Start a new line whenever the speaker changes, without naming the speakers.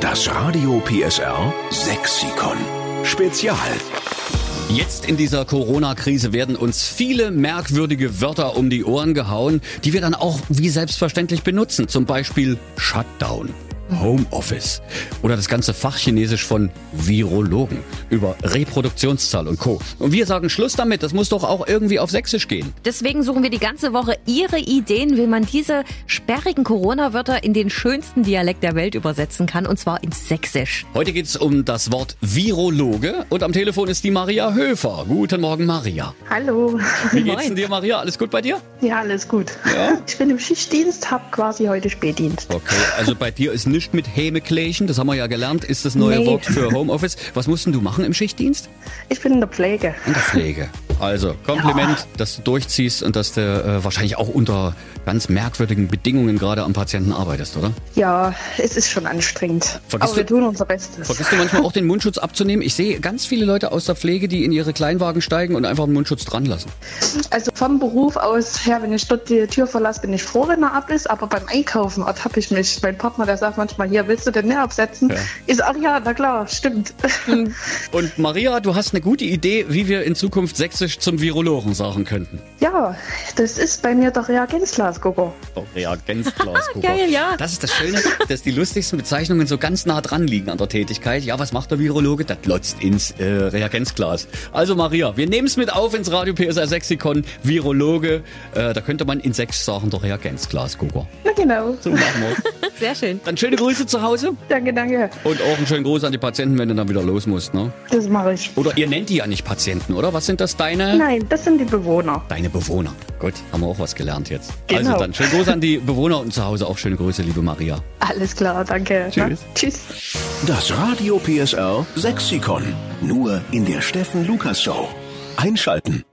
Das Radio PSR Sexikon. Spezial.
Jetzt in dieser Corona-Krise werden uns viele merkwürdige Wörter um die Ohren gehauen, die wir dann auch wie selbstverständlich benutzen. Zum Beispiel Shutdown. Homeoffice oder das ganze Fachchinesisch von Virologen über Reproduktionszahl und Co. Und wir sagen Schluss damit, das muss doch auch irgendwie auf Sächsisch gehen.
Deswegen suchen wir die ganze Woche Ihre Ideen, wie man diese sperrigen Corona-Wörter in den schönsten Dialekt der Welt übersetzen kann, und zwar ins Sächsisch.
Heute geht's um das Wort Virologe und am Telefon ist die Maria Höfer. Guten Morgen Maria.
Hallo.
Wie geht's denn dir Maria? Alles gut bei dir?
Ja, alles gut. Ich bin im Schichtdienst, habe quasi heute Spätdienst.
Okay, also bei dir ist nicht mit Hämeklächen, das haben wir ja gelernt, ist das neue
Nee.
Wort für Homeoffice. Was mussten du machen im Schichtdienst?
Ich bin in der Pflege.
In der Pflege. Also, Kompliment, dass du durchziehst und dass du äh, wahrscheinlich auch unter ganz merkwürdigen Bedingungen gerade am Patienten arbeitest, oder?
Ja, es ist schon anstrengend.
Vergisst
Aber wir
du-
tun unser Bestes.
Vergisst du manchmal auch den Mundschutz abzunehmen? Ich sehe ganz viele Leute aus der Pflege, die in ihre Kleinwagen steigen und einfach einen Mundschutz dran lassen.
Also vom Beruf aus her, wenn ich dort die Tür verlasse, bin ich froh, wenn er ab ist. Aber beim Einkaufen ertappe ich mich. Mein Partner, der sagt manchmal, hier, willst du den mehr absetzen?
Ja. Mhm.
Ich sage, ja, na klar, stimmt.
Und Maria, du hast eine gute Idee, wie wir in Zukunft sächsisch zum Virologen sagen könnten.
ja, das ist bei mir der Reagenzglasgucker.
Oh, Reagenzglaskuchen.
Geil, ja.
Das ist das Schöne, dass die lustigsten Bezeichnungen so ganz nah dran liegen an der Tätigkeit. Ja, was macht der Virologe? Das glotzt ins äh, Reagenzglas. Also Maria, wir nehmen es mit auf ins Radio PSR Sexikon. Virologe, äh, da könnte man in sechs Sachen der Reagenzglas gucken.
Na genau.
So machen wir.
Sehr schön.
Dann schöne Grüße zu Hause
Danke, danke.
und auch einen schönen Gruß an die Patienten, wenn du dann wieder los musst. Ne?
Das mache ich.
Oder ihr nennt die ja nicht Patienten, oder? Was sind das deine?
Nein, das sind die Bewohner.
Deine Bewohner. Gut, haben wir auch was gelernt jetzt.
Genau.
Also dann schönen Gruß an die Bewohner und zu Hause auch schöne Grüße, liebe Maria.
Alles klar, danke.
Tschüss.
Na, tschüss.
Das Radio PSR Sexikon. Nur in der Steffen Lukas Show. Einschalten.